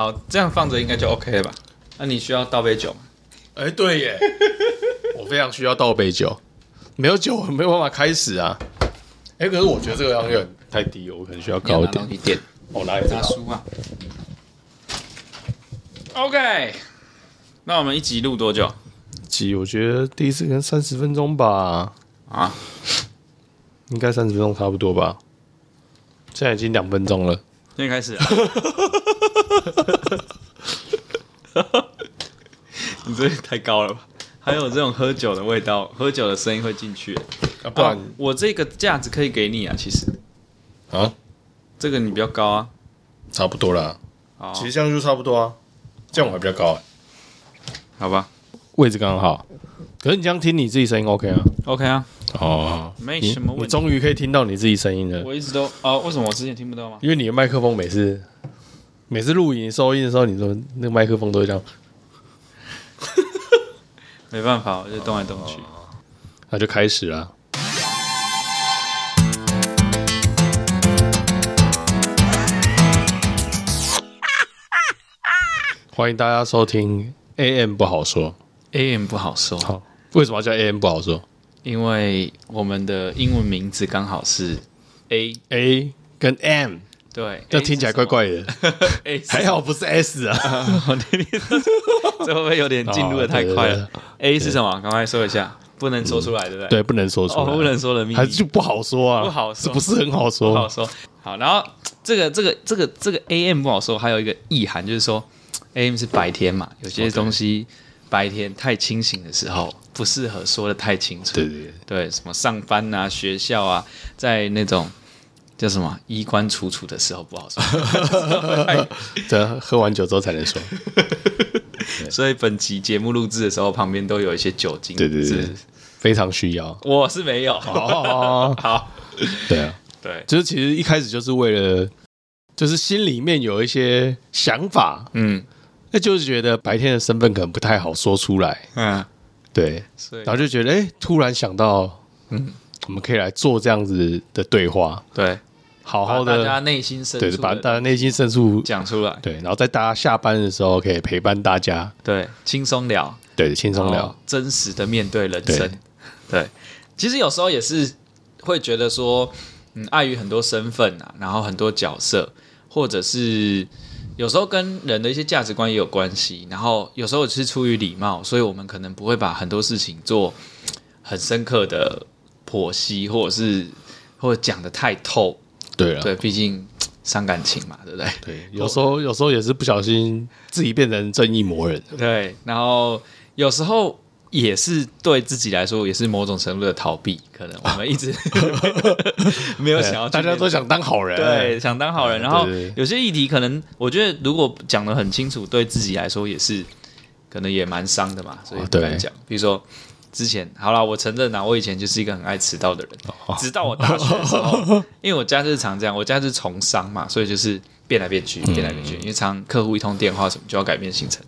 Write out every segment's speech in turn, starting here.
好，这样放着应该就 OK 了吧？那你需要倒杯酒吗？哎、对耶， 我非常需要倒杯酒，没有酒我没有办法开始啊。哎、可是我觉得这个要求太低了，我可能需要高一点。哦一点，我拿拿书啊。OK，那我们一集录多久集，我觉得第一次可能三十分钟吧，啊？应该三十分钟差不多吧。现在已经两分钟了，现在开始。啊你这也太高了吧？还有这种喝酒的味道，喝酒的声音会进去。啊、不不然我这个架子可以给你啊，其实啊，这个你比较高啊。差不多啦。好，其实这样就差不多啊，这样我还比较高、啊好吧位置刚好。可是你这样听你自己声音 OK 啊？ ，OK 啊，哦，没你什么你问题。终于可以听到你自己声音了。我一直都哦，为什么我之前听不到吗？因为你的麦克风每次每次录影收音的时候，你都那个麦克风都会这样，没办法，我就动来动去。那就开始了。 欢迎大家收听 AM 不好说。 AM 不好说，好，为什么要叫 AM 不好说因为我们的英文名字刚好是 A， ？A 跟 M，对，这样听起来怪怪的， A 是什么。 还好不是 S 啊。好，你你 这会不会有点进入的太哦快了？A 是什么？赶快说一下，不能说出来，对不对？嗯对，不能说出哦，来，不能说的秘密，还是就不好说啊，不好说是不是很好说？不好说。好，然后这个这个这个这个 AM 不好说，还有一个意涵就是说，AM 是白天嘛，有些东西白天太清醒的时候不适合说的太清楚。对对对，对，什么上班啊、学校啊，在那种叫什么衣冠楚楚的时候不好说。 这啊喝完酒之后才能 说。所以本集节目录制的时候，旁边都有一些酒精。对对对是不是，非常需要。我是没有。哦，好，对啊，对，就是其实一开始就是为了，就是心里面有一些想法，嗯那就是觉得白天的身份可能不太好说出来，嗯，对，所以然后就觉得哎、诶突然想到，嗯嗯，我们可以来做这样子的对话，对，好把好大家的，内心深对，处把大的家内心深处，讲出来，对，然后在大家下班的时候可以陪伴大家，对，轻松聊，对，轻松然聊后，哦真实的面对人对生。对，其实有时候也是会觉得说，嗯，碍于很多身份啊，然后很多角色，或者是有时候跟人的一些价值观也有关系。然后有时候是出于礼貌，所以我们可能不会把很多事情做很深刻的剖析，或者是或者讲的太透。对啊了，对，毕竟伤感情嘛，对不对？对，有时候有时候也是不小心自己变成正义魔人，对，然后有时候也是对自己来说，也是某种程度的逃避。可能我们一直没有想要去大家都想当好人， 嗯对想当好人，然后对对对有些议题可能我觉得如果讲的很清楚，对自己来说也是可能也蛮伤的嘛，所以哦不敢对讲。比如说之前好啦，我承认啊啦，我以前就是一个很爱迟到的人，哦直到我大学的时候，因为我家就是常这样，我家是从商嘛，所以就是变来变去，嗯变来变去，因为常客户一通电话什么就要改变行程。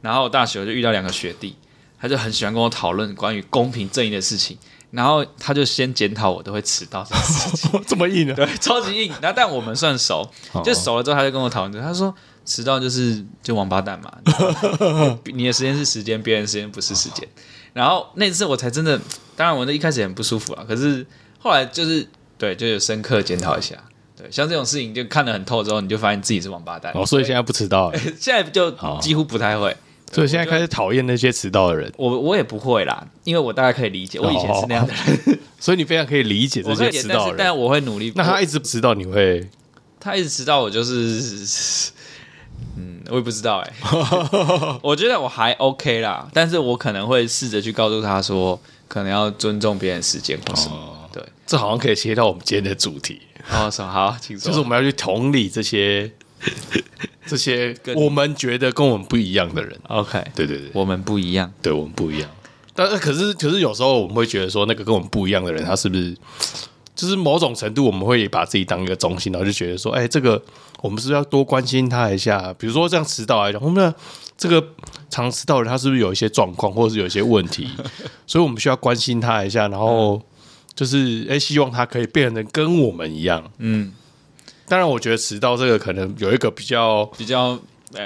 然后我大学我就遇到两个学弟，他就很喜欢跟我讨论关于公平正义的事情，然后他就先检讨我都会迟到这件事情，这么硬啊？对， 超级硬。然后但我们算熟，哦就熟了之后，他就跟我讨论这个，他说迟到就是就王八蛋嘛， 你的时间是时间，别人的时间不是时间。然后那次我才真的，当然我那一开始也很不舒服啊，可是后来就是对，就有深刻检讨一下。对，像这种事情就看得很透之后，你就发现自己是王八蛋。哦，所以现在不迟到了，现在就好几乎不太会。所以现在开始讨厌那些迟到的人，我我也不会啦，因为我大概可以理解，我以前是那样的人，所以你非常可以理解 这我可以些理解哦迟但到是的人。但我会努力。那他一直迟到，你会他一直迟到，我就是，嗯，我也不知道哎、 我觉得我还 OK 啦，但是我可能会试着去告诉他说，可能要尊重别人的时间或什么。对，这好像可以切到我们今天的主题，哦，什么好，请说。就是我们要去同理这些这些跟我们觉得跟我们不一样的人。 OK，对对对，我们不一样。对我们不一样。但是可是可是有时候我们会觉得说，那个跟我们不一样的人，他是不是就是某种程度我们会把自己当一个中心，然后就觉得说，哎、这个我们是不是要多关心他一下？比如说这样迟到来讲，我们的这个常迟到的人，他是不是有一些状况，或者是有一些问 题？所以我们需要关心他一下，然后就是哎、希望他可以变得跟我们一样。嗯，当然，我觉得迟到这个可能有一个比较比较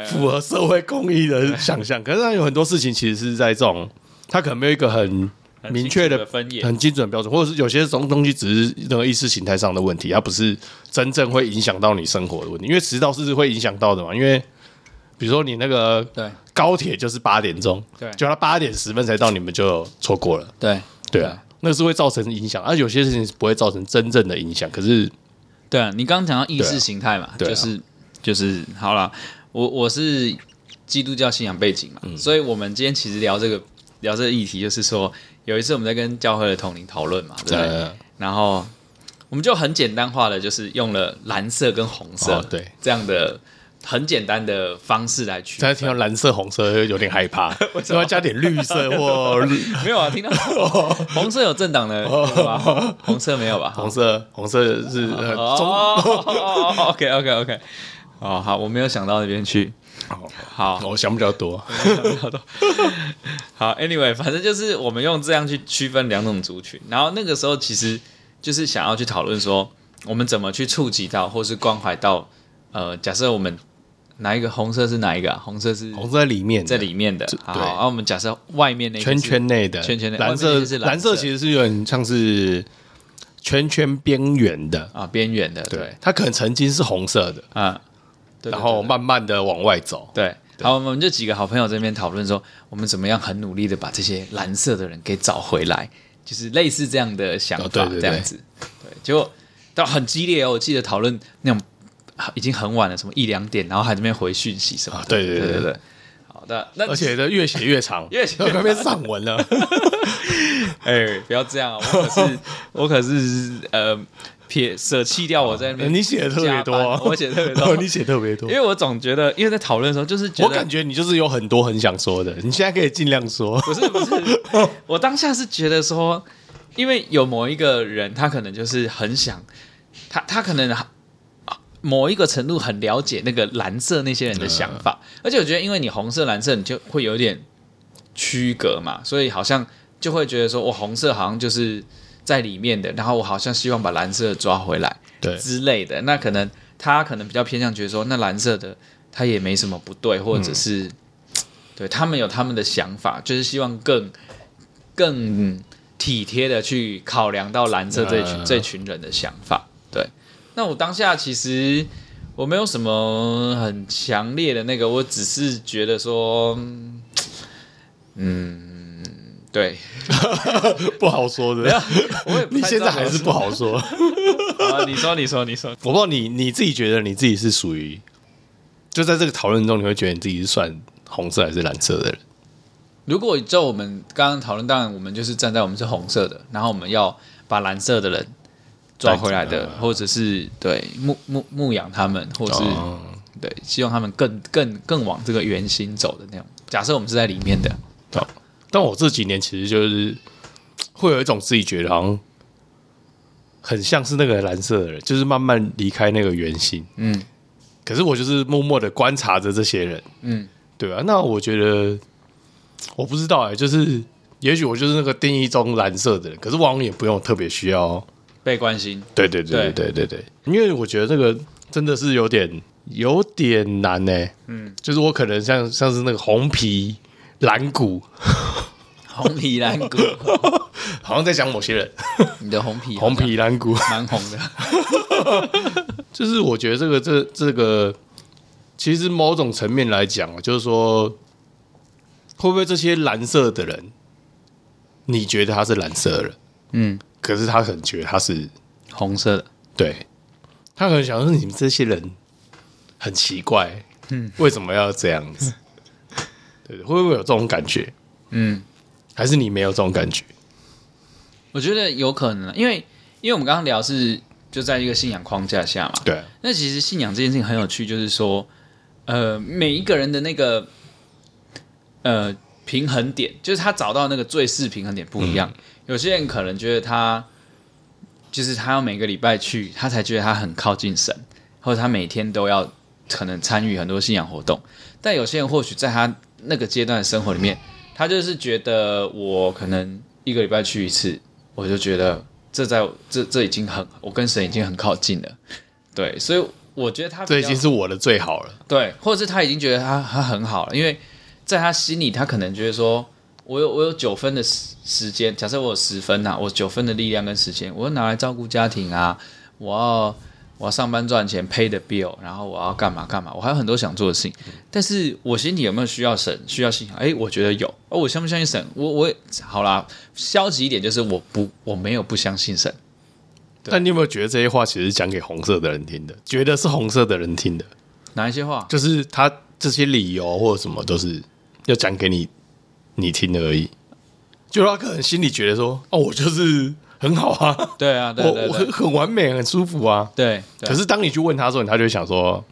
符合社会公益的想象。可是他有很多事情其实是在这种，他可能没有一个很很明确清楚的分野很精准的标准，或者是有些东东西只是那个意识形态上的问题，它不是真正会影响到你生活的问题。因为迟到是会影响到的嘛，因为比如说你那个对高铁就是八点钟，对就他八点十分才到，你们就错过了。对对啊，那是会造成影响，而、啊有些事情是不会造成真正的影响。可是，对啊，你刚刚讲到意识形态嘛，对啊就是就是好了，我我是基督教信仰背景嘛，嗯所以我们今天其实聊这个聊这个议题，就是说有一次我们在跟教会的同龄讨论嘛，对不对？呃，然后我们就很简单化的，就是用了蓝色跟红色、哦对这样的很简单的方式来区大家听到蓝色、红色会有点害怕，要不要加点绿色或绿没有啊， 听到红色有政党的哦有吗？红色没有吧？红色？红色是呃中哦，OK OK OK，哦好，我没有想到那边去。好，我想不了多，好，anyway，反正就是我们用这样去区分两种族群，然后那个时候其实就是想要去讨论说，我们怎么去触及到或是关怀到，呃，假设我们哪一个红色是哪一个、啊？红色是红色在里面的这里面的，好，对然后我们假设外面那个圈是圈内的圈圈内蓝外面色那是蓝蓝色色其实是有点像是圈圈边缘的，啊边缘的，对对，它可能曾经是红色的，啊，对对对然后对慢慢的往外走。对，好，我们就几个好朋友这边讨论说，我们怎么样很努力的把这些蓝色的人给找回来，就是类似这样的想哦法，对对对这样子。对，结果到很激烈哦，我记得讨论那种啊已经很晚了，什么一两点，然后还这边回讯息什么的、啊对对对对对对对。好的，那而且这越写越长， 越写越那边散 文了。哎、不要这样啊！我可 是我可是呃撇舍弃掉我在那边、哦你写的特别多啊，我写得特别多 你写得特别多因。为我总觉得，因为在讨论的时候，就是觉我得感觉你就是有很多很想说的，你现在可以尽 量说。不是不是，我当下是觉得说，因为有某一个人，他可能就是很想，他他可能啊某一个程度很了解那个蓝色那些人的想法，而且我觉得，因为你红色蓝色，你就会有点区隔嘛，所以好像就会觉得说我红色好像就是在里面的，然后我好像希望把蓝色抓回来对之类的，那可能他可能比较偏向觉得说，那蓝色的他也没什么不对，或嗯者是、对他们有他们的想法，就是希望更更体贴的去考量到蓝色这群、嗯这群人的想法。对，那我当下其实我没有什么很强烈的那个，我只是觉得说，嗯，对， 不好说的，我也不你太知现道在还是不好说。我啊？你说，你说，你说，不知道你你自己觉得你自己是属于，就在这个讨论中，你会觉得你自己是算红色还是蓝色的人？如果就我们刚刚讨论，当然我们就是站在我们是红色的，然后我们要把蓝色的人抓回来的，或者是对牧牧牧养他们，或是、哦对希望他们更更更往这个圆心走的那种。假设我们是在里面的，哦但我这几年其实就是会有一种自己觉得好像很像是那个蓝色的人，就是慢慢离开那个圆心。嗯可是我就是默默的观察着这些人，嗯，对啊，那我觉得我不知道哎、就是也许我就是那个定义中蓝色的人，可是往往也不用特别需要。被关心，对对对对对对对，因为我觉得这个真的是有点有点难呢、嗯，就是我可能像像是那个红皮蓝骨，红皮蓝骨，好像在讲某些人，你的红皮好像红皮蓝骨， 蛮红的，就是我觉得这个这这个，其实某种层面来讲啊，就是说，会不会这些蓝色的人，你觉得他是蓝色的人，嗯，可是他很觉得他是红色的，对，他可能想说你们这些人很奇怪，嗯，为什么要这样 子？对，会不会有这种感觉？嗯，还是你没有这种感觉？我觉得有可能，因为因为我们刚刚聊是就在一个信仰框架下嘛，对，啊那其实信仰这件事情很有趣，就是说，呃，每一个人的那个呃平衡点，就是他找到那个最适平衡点不一样。有些人可能觉得他就是他要每个礼拜去，他才觉得他很靠近神，或者他每天都要可能参与很多信仰活动。但有些人或许在他那个阶段的生活里面，他就是觉得我可能一个礼拜去一次，我就觉得这在这这已经很我跟神已经很靠近了。对，所以我觉得他比这已较经是我的最好了。对，或者是他已经觉得他他很好了，因为在他心里，他可能觉得说，我有我有九分的时时间，假设我有十分呐、我九分的力量跟时间，我要拿来照顾家庭啊，我要我要上班赚钱，pay the bill，然后我要干嘛干嘛，我还有很多想做的事情，但是我心里有没有需要神，需要信仰？哎，我觉得有，而、我相不相信神？我我也好啦，消极一点就是我不我没有不相信神，但你有没有觉得这些话其实是讲给红色的人听的？觉得是红色的人听的，哪一些话？就是他这些理由或者什么都是要讲给你你听的而已。就他可能心里觉得说：“哦，我就是很好啊，对啊，对我对我对很很完美，很舒服啊。对，”对可是当你去问他的时候，他就会想说：“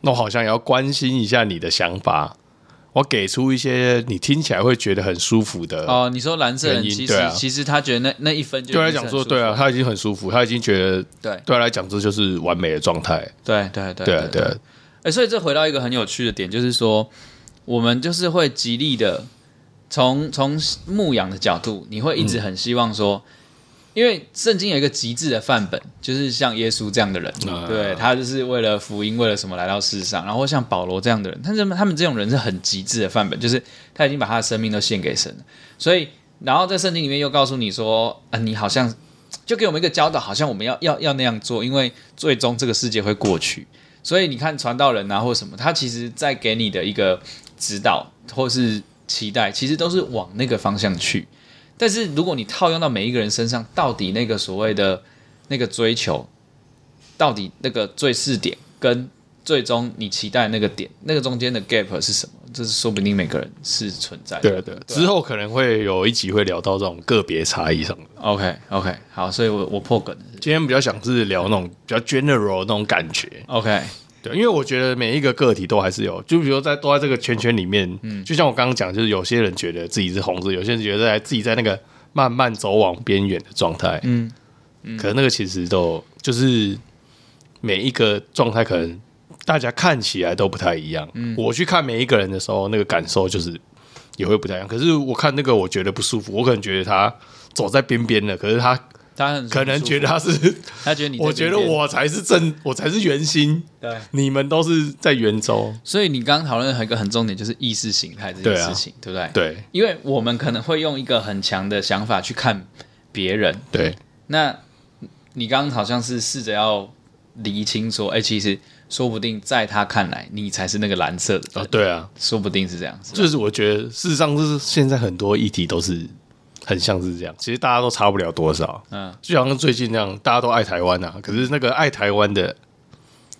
那我好像也要关心一下你的想法，我给出一些你听起来会觉得很舒服的。”哦，你说蓝色人原因其实、对啊其实他觉得那那一分就对他已来经是很讲说，舒服对啊，他已经很舒服，他已经觉得对对他来讲这就是完美的状态。对对对对啊，对啊，哎，所以这回到一个很有趣的点，就是说我们就是会极力的从从牧养的角度，你会一直很希望说。因为圣经有一个极致的范本，就是像耶稣这样的人，啊对他就是为了福音，为了什么来到世上，然后像保罗这样的人，他们他们这种人是很极致的范本，就是他已经把他的生命都献给神了。所以，然后在圣经里面又告诉你说，啊、你好像就给我们一个教导，好像我们要要要那样做，因为最终这个世界会过去。所以你看传道人啊或什么，他其实在给你的一个指导或是期待，其实都是往那个方向去。但是如果你套用到每一个人身上，到底那个所谓的那个追求，到底那个最试点跟最终你期待的那个点，那个中间的 gap 是什么？这是说不定每个人是存在的。对啊，对啊。之后可能会有一集会聊到这种个别差异上的。 OK OK，好，所以我我破梗了。今天比较想是聊那种比较 general 那种感觉， OK，对，因为我觉得每一个个体都还是有，就比如在都在这个圈圈里面，嗯，就像我刚刚讲，就是有些人觉得自己是红色，有些人觉得在自己在那个慢慢走往边缘的状态，嗯，可能那个其实都就是每一个状态，可能大家看起来都不太一样。嗯我去看每一个人的时候，那个感受就是也会不太一样。可是我看那个，我觉得不舒服，我可能觉得他走在边边的，可是他他很可能觉得他是， 他觉得你在我觉得边边我才是正，我才是圆心，对，你们都是在圆周，所以你刚刚讨论的一个很重点就是意识形态这件对啊事情，对,、不对？对因为我们可能会用一个很强的想法去看别人，对那你刚刚好像是试着要厘清说，哎、其实说不定在他看来，你才是那个蓝色的啊，人，对啊，说不定是这样子。就是我觉得事实上是现在很多议题都是很像是这样，其实大家都差不了多少。嗯，就好像最近那样，大家都爱台湾啊，可是那个爱台湾的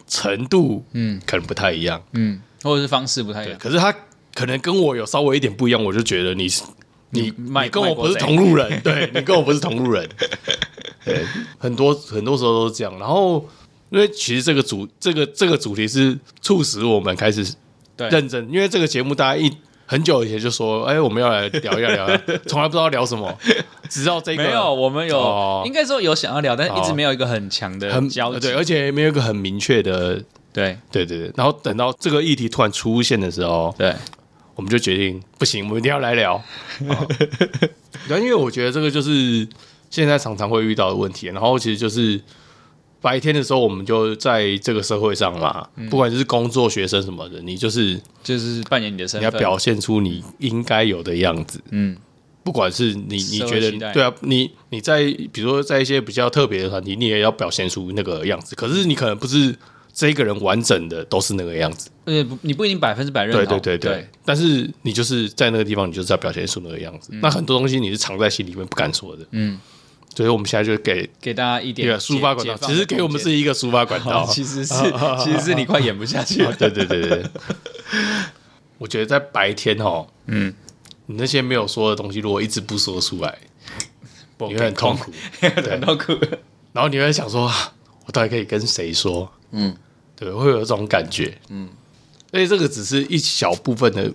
程度，嗯，可能不太一样。嗯，或者是方式不太一对，样。可是他可能跟我有稍微一点不一样，我就觉得你是你卖你跟我不是卖国贼同路 人，对你跟我不是同路人。对，很多很多时候都是这样。然后，因为其实这个主这个这个主题是促使我们开始对认真，因为这个节目大家一。很久以前就说，哎、我们要来聊一聊，聊一聊，从来不知道聊 什么，直到这个没有，我们有、哦应该说有想要聊，但是一直哦没有一个很强的很交集。对，而且没有一个很明确的，对对对对。然后等到这个议题突然出现的时候，对我们就决定不行，我们一定要 来聊。哦对、因为我觉得这个就是现在常常会遇到的问题。然后其实就是白天的时候，我们就在这个社会上嘛，嗯不管是工作、学生什么的，你就是就是扮演你的身你份。要表现出你应该有的样子。嗯，不管是你你社会觉得期待对啊，你你在比如说在一些比较特别的团体，你也要表现出那个样子。可是你可能不是这个人完整的都是那个样子，而且呃不你不一定百分之百认对同。对对对。但是你就是在那个地方，你就是要表现出那个样子。那很多东西你是藏在心里面不敢说的，嗯，所以我们现在就给给大家一点一个抒发管道，其实给我们自是己，一个抒发管 道。其实是其实是你快演不下去 啊了。对对对 对，对我觉得在白天哦，嗯，你那些没有说的东西，如果一直不说出来，你会很痛苦。很痛苦。然后你会想说，啊我到底可以跟谁说？嗯，对，会有这种感觉。嗯，而且这个只是一小部分的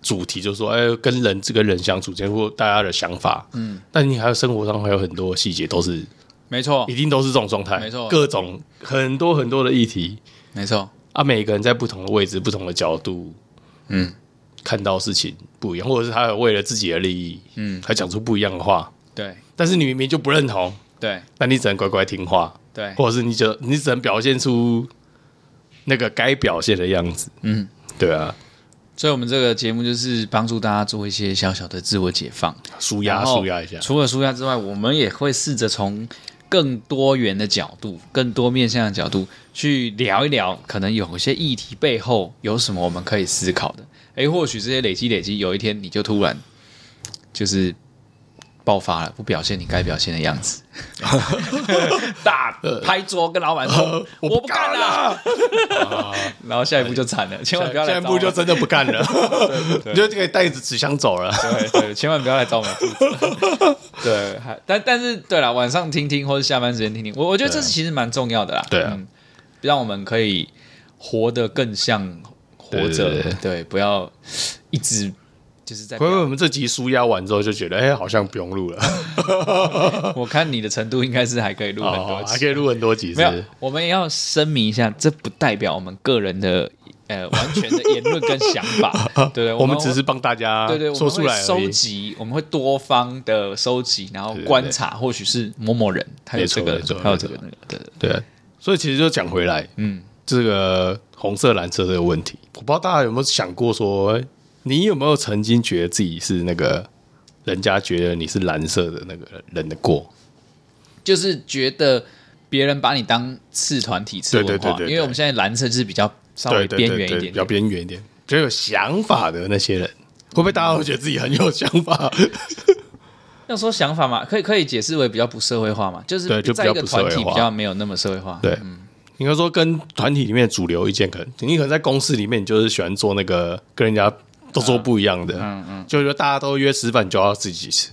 主题，就是说，哎，跟人这个人相处，间或大家的想法。嗯，但你还有生活上还有很多细节，都是没错一，定都是这种状态，哦没错各种很多很多的议题没错，啊，每个人在不同的位置、不同的角度，嗯，看到事情不一样，或者是他有为了自己的利益，嗯，他讲出不一样的话，对但是你明明就不认同，对那你只能乖乖听话。对或者是你就你只能表现出那个该表现的样子。嗯，对啊，所以我们这个节目就是帮助大家做一些小小的自我解放，舒然压后舒压一下。除了舒压之外，我们也会试着从更多元的角度、更多面向的角度去聊一聊，可能有一些议题背后有什么我们可以思考的。诶，或许这些累积累积，有一天你就突然就是爆发了，不表现你该表现的样 子，大拍桌跟老板说、呃我我不不干干了， 然后下一步就惨了，千万不要来下一步找就我真的不干了，对 你就可以带着纸箱走了。对对，千万不要来找我们负责。对，还但但是对了，晚上听听或者下班时间听听，我我觉得这是其实蛮重要的啦。啊对啊嗯，让我们可以活得更像活着。对对对不要一直就是在 会。不会我们这集舒压完之后就觉得，哎、好像不用 录了，我看你的程度应该是还可以录很多哦还集。可以录很多集是没有不是？，我们也要声明一下，这不代表我们个人的呃完全的言论跟想法，对不对？ 我们只是帮大家对对，我说们啊出会来而收已。集，我们会多方的收集，然后对对观察，或许是某某人他有这个没错没错，他有这个那个，对对，啊对，所以其实就讲回来，嗯，这个红色、蓝色这个问题，我不知道大家有没有想过说，你有没有曾经觉得自己是那个人家觉得你是蓝色的那个人的过？就是觉得别人把你当次团体次文化，对对对对对因为我们现在蓝色就是比较稍微对对边对缘对，一点比较点，边缘一点，比较有想法的那些人，会不会大家会觉得自己很有想法？嗯要说想法嘛，可以可以解释为比较不社会化嘛，就是对就比在一较个不团社体会化比较没有那么社会化，对，应该说跟团体里面的主流意见，可能你可能在公司里面，你就是喜欢做那个跟人家都做不一样的，嗯嗯，就是说大家都约吃饭，你就要自己吃，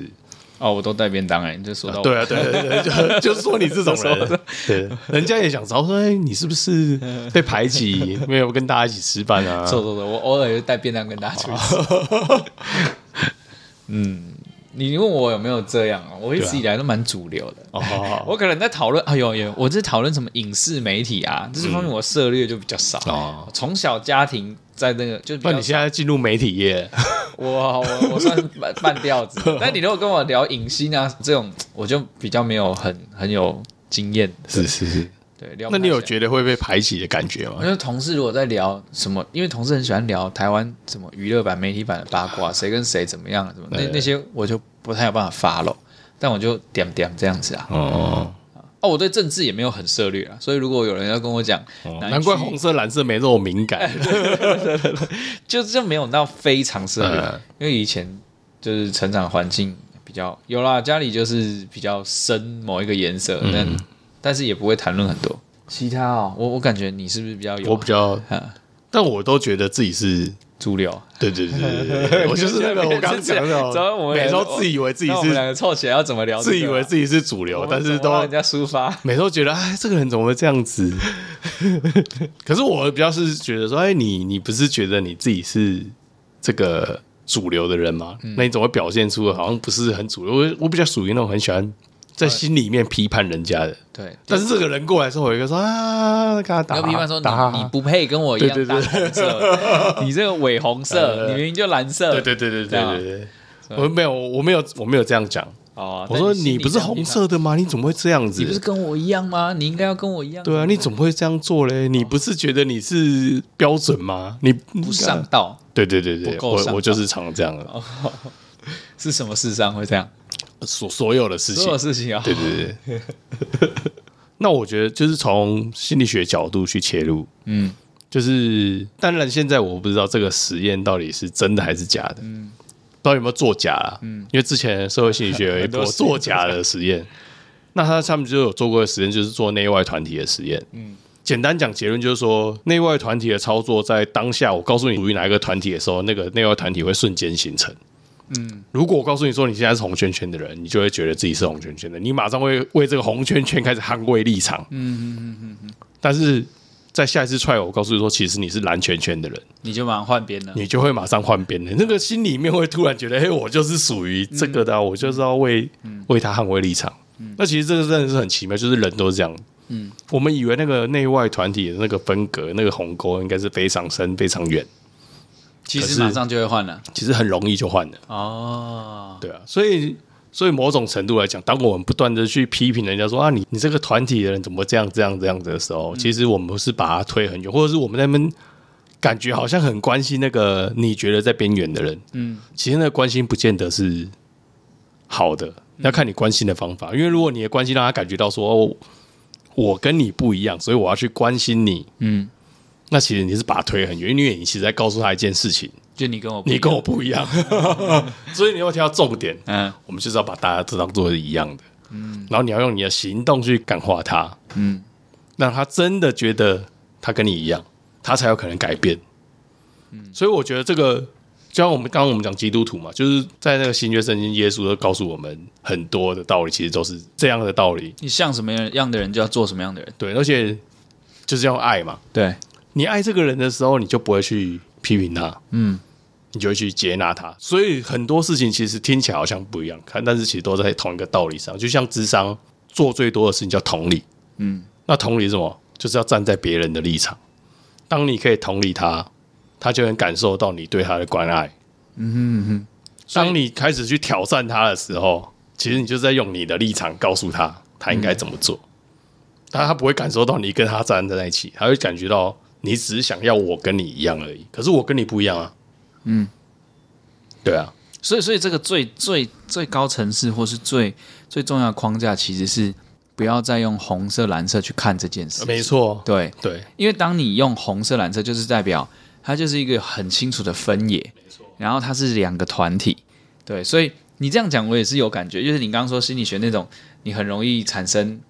哦，我都带便当哎、你就说到我对啊，对对对，就就是 说你这种 人，对，人家也想知道说，哎，你是不是嗯被排 挤，没有跟大家一起吃饭啊？错错错， 我偶尔就带便当跟大家出去吃。哦 嗯，你问我有没有这样啊？我一直以来都蛮主流的。 哦我可能在讨论，哎呦呦，我这讨论什么影视媒体啊，这方面我涉猎就比较少。哦，从小家庭在那个就比那较你现在进入媒体业，我我我算半半吊 子，但你如果跟我聊影星啊这种，我就比较没有很很有经验。是是是，对，聊不那你太有起来觉得会被排挤的感觉吗我？就同事如果在聊什么，因为同事很喜欢聊台湾什么娱乐版、媒体版的八卦，谁跟谁怎么样，怎么那对那些我就不太有办法发了。但我就点点这样子啊。哦，哦，我对政治也没有很涉略啊，所以如果有人要跟我讲，哦哪一难怪区红色、蓝色没这么 敏感。就就没有到非常涉略，嗯因为以前就是成长环境比较有啦，家里就是比较深某一个颜色，但、嗯但是也不会谈论很多。其他哦，我我感觉你是不是比较有我比较啊，但我都觉得自己是，主流？对对对对对 对，我就是那个我刚刚讲的那怎么我种，们每两个周自以为自己那我们两是，个凑起来要怎么聊这个啊、自以为自己是主我流，们但是怎么让都人家抒发。每周觉得，哎，这个人怎么会这样 子？可是我比较是觉得说，哎，你你不是觉得你自己是这个主流的人吗？嗯那你怎么会表现出好像不是很主流？我我比较属于那种很喜欢在心里面批判人家的，对，但是这个人过来之后，我一个说啊，跟他打，你要批判说打你你不配跟我一样对搭对对红色， 你这个伪红色，呃你明明就蓝色。对对对对这样啊对对对，我没有我没有我没有这样讲，哦，我说但你你不是红心里色的吗？你怎么会这样子？这样批判，你不是跟我一样吗？你应该要跟我一样。对啊，你怎么会这样做嘞？你不是觉得你是标准吗？你不不上道对对对对不，够上哦道我我就是常这样的，是什么世上会这样？所所有的事所情有，事情啊，对对对。那我觉得就是从心理学角度去切入，嗯，就是当然现在我不知道这个实验到底是真的还是假的，嗯，不知道有没有作假啦，嗯，因为之前社会心理学有一很波多实验作假的实验，那他他们就有做过的实验，就是做内外团体的实验，嗯。简单讲，结论就是说，内外团体的操作在当下，我告诉你属于哪一个团体的时候，那个内外团体会瞬间形成。如果我告诉你说你现在是红圈圈的人，你就会觉得自己是红圈圈的，你马上会为这个红圈圈开始捍卫立场。嗯嗯嗯嗯嗯。但是在下一次 try，我告诉你说，其实你是蓝圈圈的人，你就马上换边了。你就会马上换边的。那个心里面会突然觉得，嘿，哎我就是属于这个的啊、我就是要为、为他捍卫立场。那其实这个真的是很奇妙，就是人都是这样。嗯，我们以为那个内外团体的那个分隔、那个鸿沟应该是非常深、非常远，其可实是马上就会换了。其实很容易就换了。哦，对啊，所以所以某种程度来讲，当我们不断的去批评人家说啊，你你这个团体的人怎么这样这样这样子的时候，其实我们不是把他推很远，或者是我们在那边感觉好像很关心那个你觉得在边缘的人，嗯，其实那个关心不见得是好的，要看你关心的方法。因为如果你的关心让他感觉到说，哦，我跟你不一样，所以我要去关心你，嗯，那其实你是把他推很远，因为你其实在告诉他一件事情，就你跟我不一你样跟我不一样， 所以你要挑重点，嗯我们就是要把大家都当做一样的，嗯，然后你要用你的行动去感化他，嗯，让他真的觉得他跟你一样，他才有可能改变。嗯，所以我觉得这个就像我们刚刚我们讲基督徒嘛，就是在那个新约圣经，耶稣都告诉我们很多的道理，其实都是这样的道理。你像什么样的人就要做什么样的人，对，而且就是要爱嘛，对，你爱这个人的时候，你就不会去批评他，嗯，你就会去接纳他。所以很多事情其实听起来好像不一样，看但是其实都在同一个道理上。就像智商做最多的事情叫同理，嗯，那同理是什么？就是要站在别人的立场。当你可以同理他，他就能感受到你对他的关爱。嗯以当你开始去挑战他的时候，其实你就在用你的立场告诉他他嗯应该怎么做，但他不会感受到你跟他站在一起，他会感觉到你只是想要我跟你一样而已。可是我跟你不一样啊，嗯，对啊，所以所以这个最最最高层次或是最最重要的框架，其实是不要再用红色蓝色去看这件事，没错，对，对，因为当你用红色、蓝色，就是代表它就是一个很清楚的分野，然后它是两个团体，对，所以你这样讲我也是有感觉，就是你刚刚说心理学那种，你很容易产生，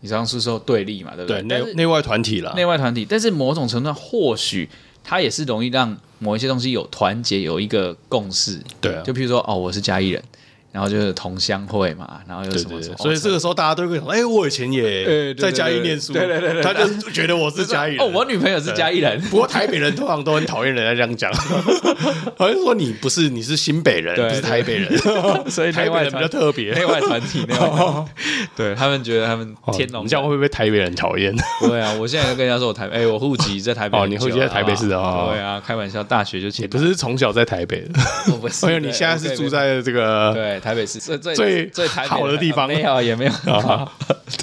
你刚刚是说对立嘛，对不对内但是内外团体啦，内外团体，但是某种程度上或许它也是容易让某一些东西有团结，有一个共识，对啊就，譬如说哦，我是嘉义人，然后就是同乡会嘛，然后又对什么对什对么，，哦所以这个时候大家都会想，哎，我以前也对对在嘉义对念书，对对对对他就觉得我是嘉义人，哦，我女朋友是嘉义人，不过台北人通常都很讨厌人家这样讲， 好像说你不是你是新北人，对不是台北人， 所以台内北外人比团较特内别。哦外团体，内外团体， 对他们觉得他们 天我龙们哦这样会不会被台北人讨厌？不会啊！我现在就跟人家说我台北，哎，我户籍在台北哦很久你了，户籍在台北市的好不好哦对啊，开玩笑，大学就你去，不是从小在台北的，我不是，朋友，你现在是住在这个对台北市最最最最台北好的地方没有也没有， 啊？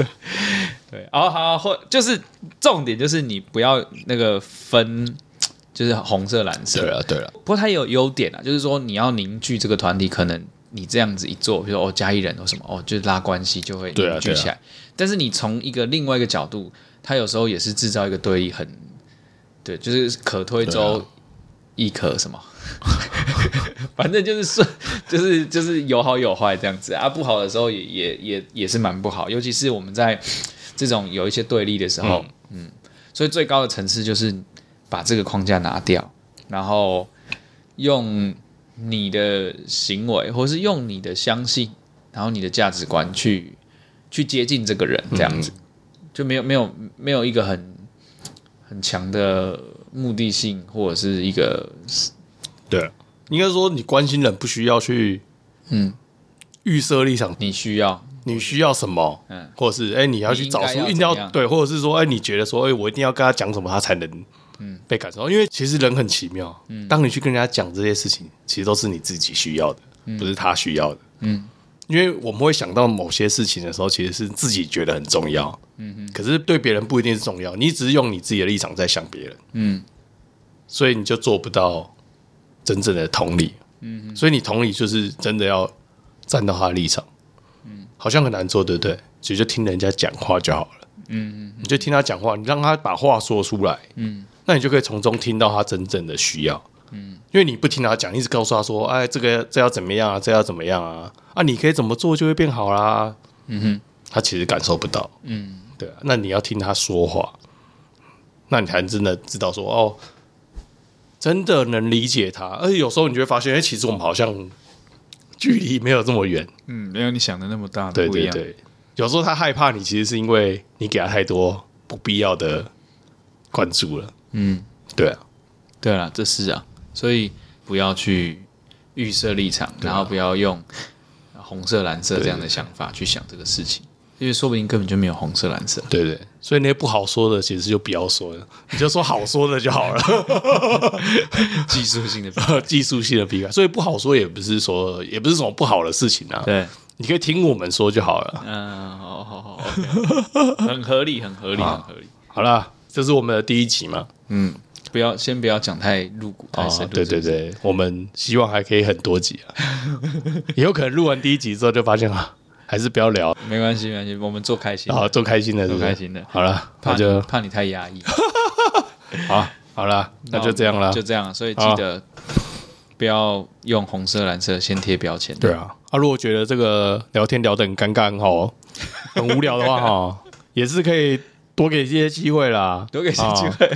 对，哦好，或就是重点就是你不要那个分，就是红色蓝色，对啊，对啊，不过它也有优点啊，就是说你要凝聚这个团体，可能你这样子一做，比如说哦加一人或什么，哦就是拉关系就会对啊凝聚起来。但是你从一个另外一个角度，它有时候也是制造一个对立很，对，就是可推对舟亦可什么。 反正就是顺，就是就是有好有坏这样子啊。不好的时候也也也也是蛮不好，尤其是我们在这种有一些对立的时候，嗯所以最高的层次就是把这个框架拿掉，然后用你的行为，或是用你的相信，然后你的价值观去去接近这个人，这样子、就没有没有没有一个很很强的目的性，或者是一个对啊，应该说你关心人不需要去嗯预设立场，你需要你需要什么，嗯或者是哎你要去找出你一应定该要要怎样对，或者是说哎你觉得说哎我一定要跟他讲什么，他才能嗯被感受到，因为其实人很奇妙，当你去跟人家讲这些事情，其实都是你自己需要的，不是他需要的，嗯因为我们会想到某些事情的时候，其实是自己觉得很重要，嗯可是对别人不一定是重要，你只是用你自己的立场在想别人，嗯所以你就做不到真正的同理。嗯，所以你同理就是真的要站到他的立场。嗯，好像很难做，对不对？其实就听人家讲话就好了。嗯，你就听他讲话，你让他把话说出来。嗯，那你就可以从中听到他真正的需要。嗯，因为你不听他讲，一直告诉他说：“哎，这个这要怎么样啊？这要怎么样啊？啊，你可以怎么做就会变好啦。”嗯哼他其实感受不到。嗯对啊，那你要听他说话，那你才真的知道说哦，真的能理解他。而且有时候你就会发现，哎、其实我们好像距离没有这么远。嗯，没有你想的那么大，对不对一样，对，有时候他害怕你，其实是因为你给他太多不必要的关注了。嗯。对啊，对了，这是啊，所以不要去预设立场，然后不要用红色、蓝色这样的想法去想这个事情，因为说不定根本就没有红色、蓝色。对对，所以那些不好说的，其实就不要说了，你就说好说的就好了。 技术性的技术性的批判，所以不好说也不是说也不是什么不好的事情啊。对，你可以听我们说就好了。嗯，好好好，OK，很合理，很合理，好很合理。好啦，这是我们的第一集嘛？哦嗯，不要先不要讲太入骨太深入，对对哎是不是，对，我们希望还可以很多集 啊。也有可能录完第一集之后就发现啊，还是不要聊，没关系没关系，我们做开心然，后做开心的，做做开心的好了，怕那你就怕你太压抑，好，好了， 那就这样啦就。这样，所以记得不要用红色、蓝色先贴标签。对啊，啊，如果觉得这个聊天聊得很尴尬、很好、很无聊的话，哈，也是可以多给一些机会啦，多给一些机会，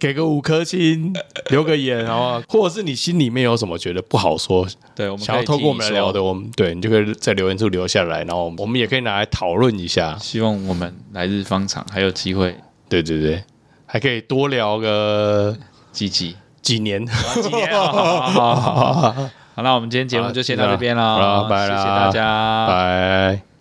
给个五颗星，留个言，好不好？或者是你心里面有什么觉得不好说，对，我们想要可以透过我提们来说聊的，，我们对你就可以在留言处留下来，然后我们也可以拿来讨论一下。希望我们来日方长，还有机会对对对，还可以多聊个积极。几年。几年 啊好，那我们今天节目就先到这边了，好了，拜谢啦，啊谢大家，拜。